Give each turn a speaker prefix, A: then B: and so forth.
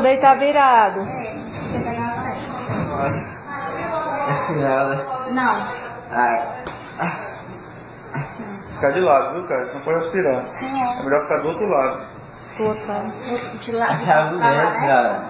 A: é né?
B: tá virado.
C: É, você vai na sete.
D: É final, né?
C: Não.
D: Ah,
A: Ficar de lado, viu, cara? Você não pode aspirar.
C: Sim, é.
A: É melhor ficar do outro lado.
B: Boa tarde.
C: De lá.
D: tá bom, né, cara?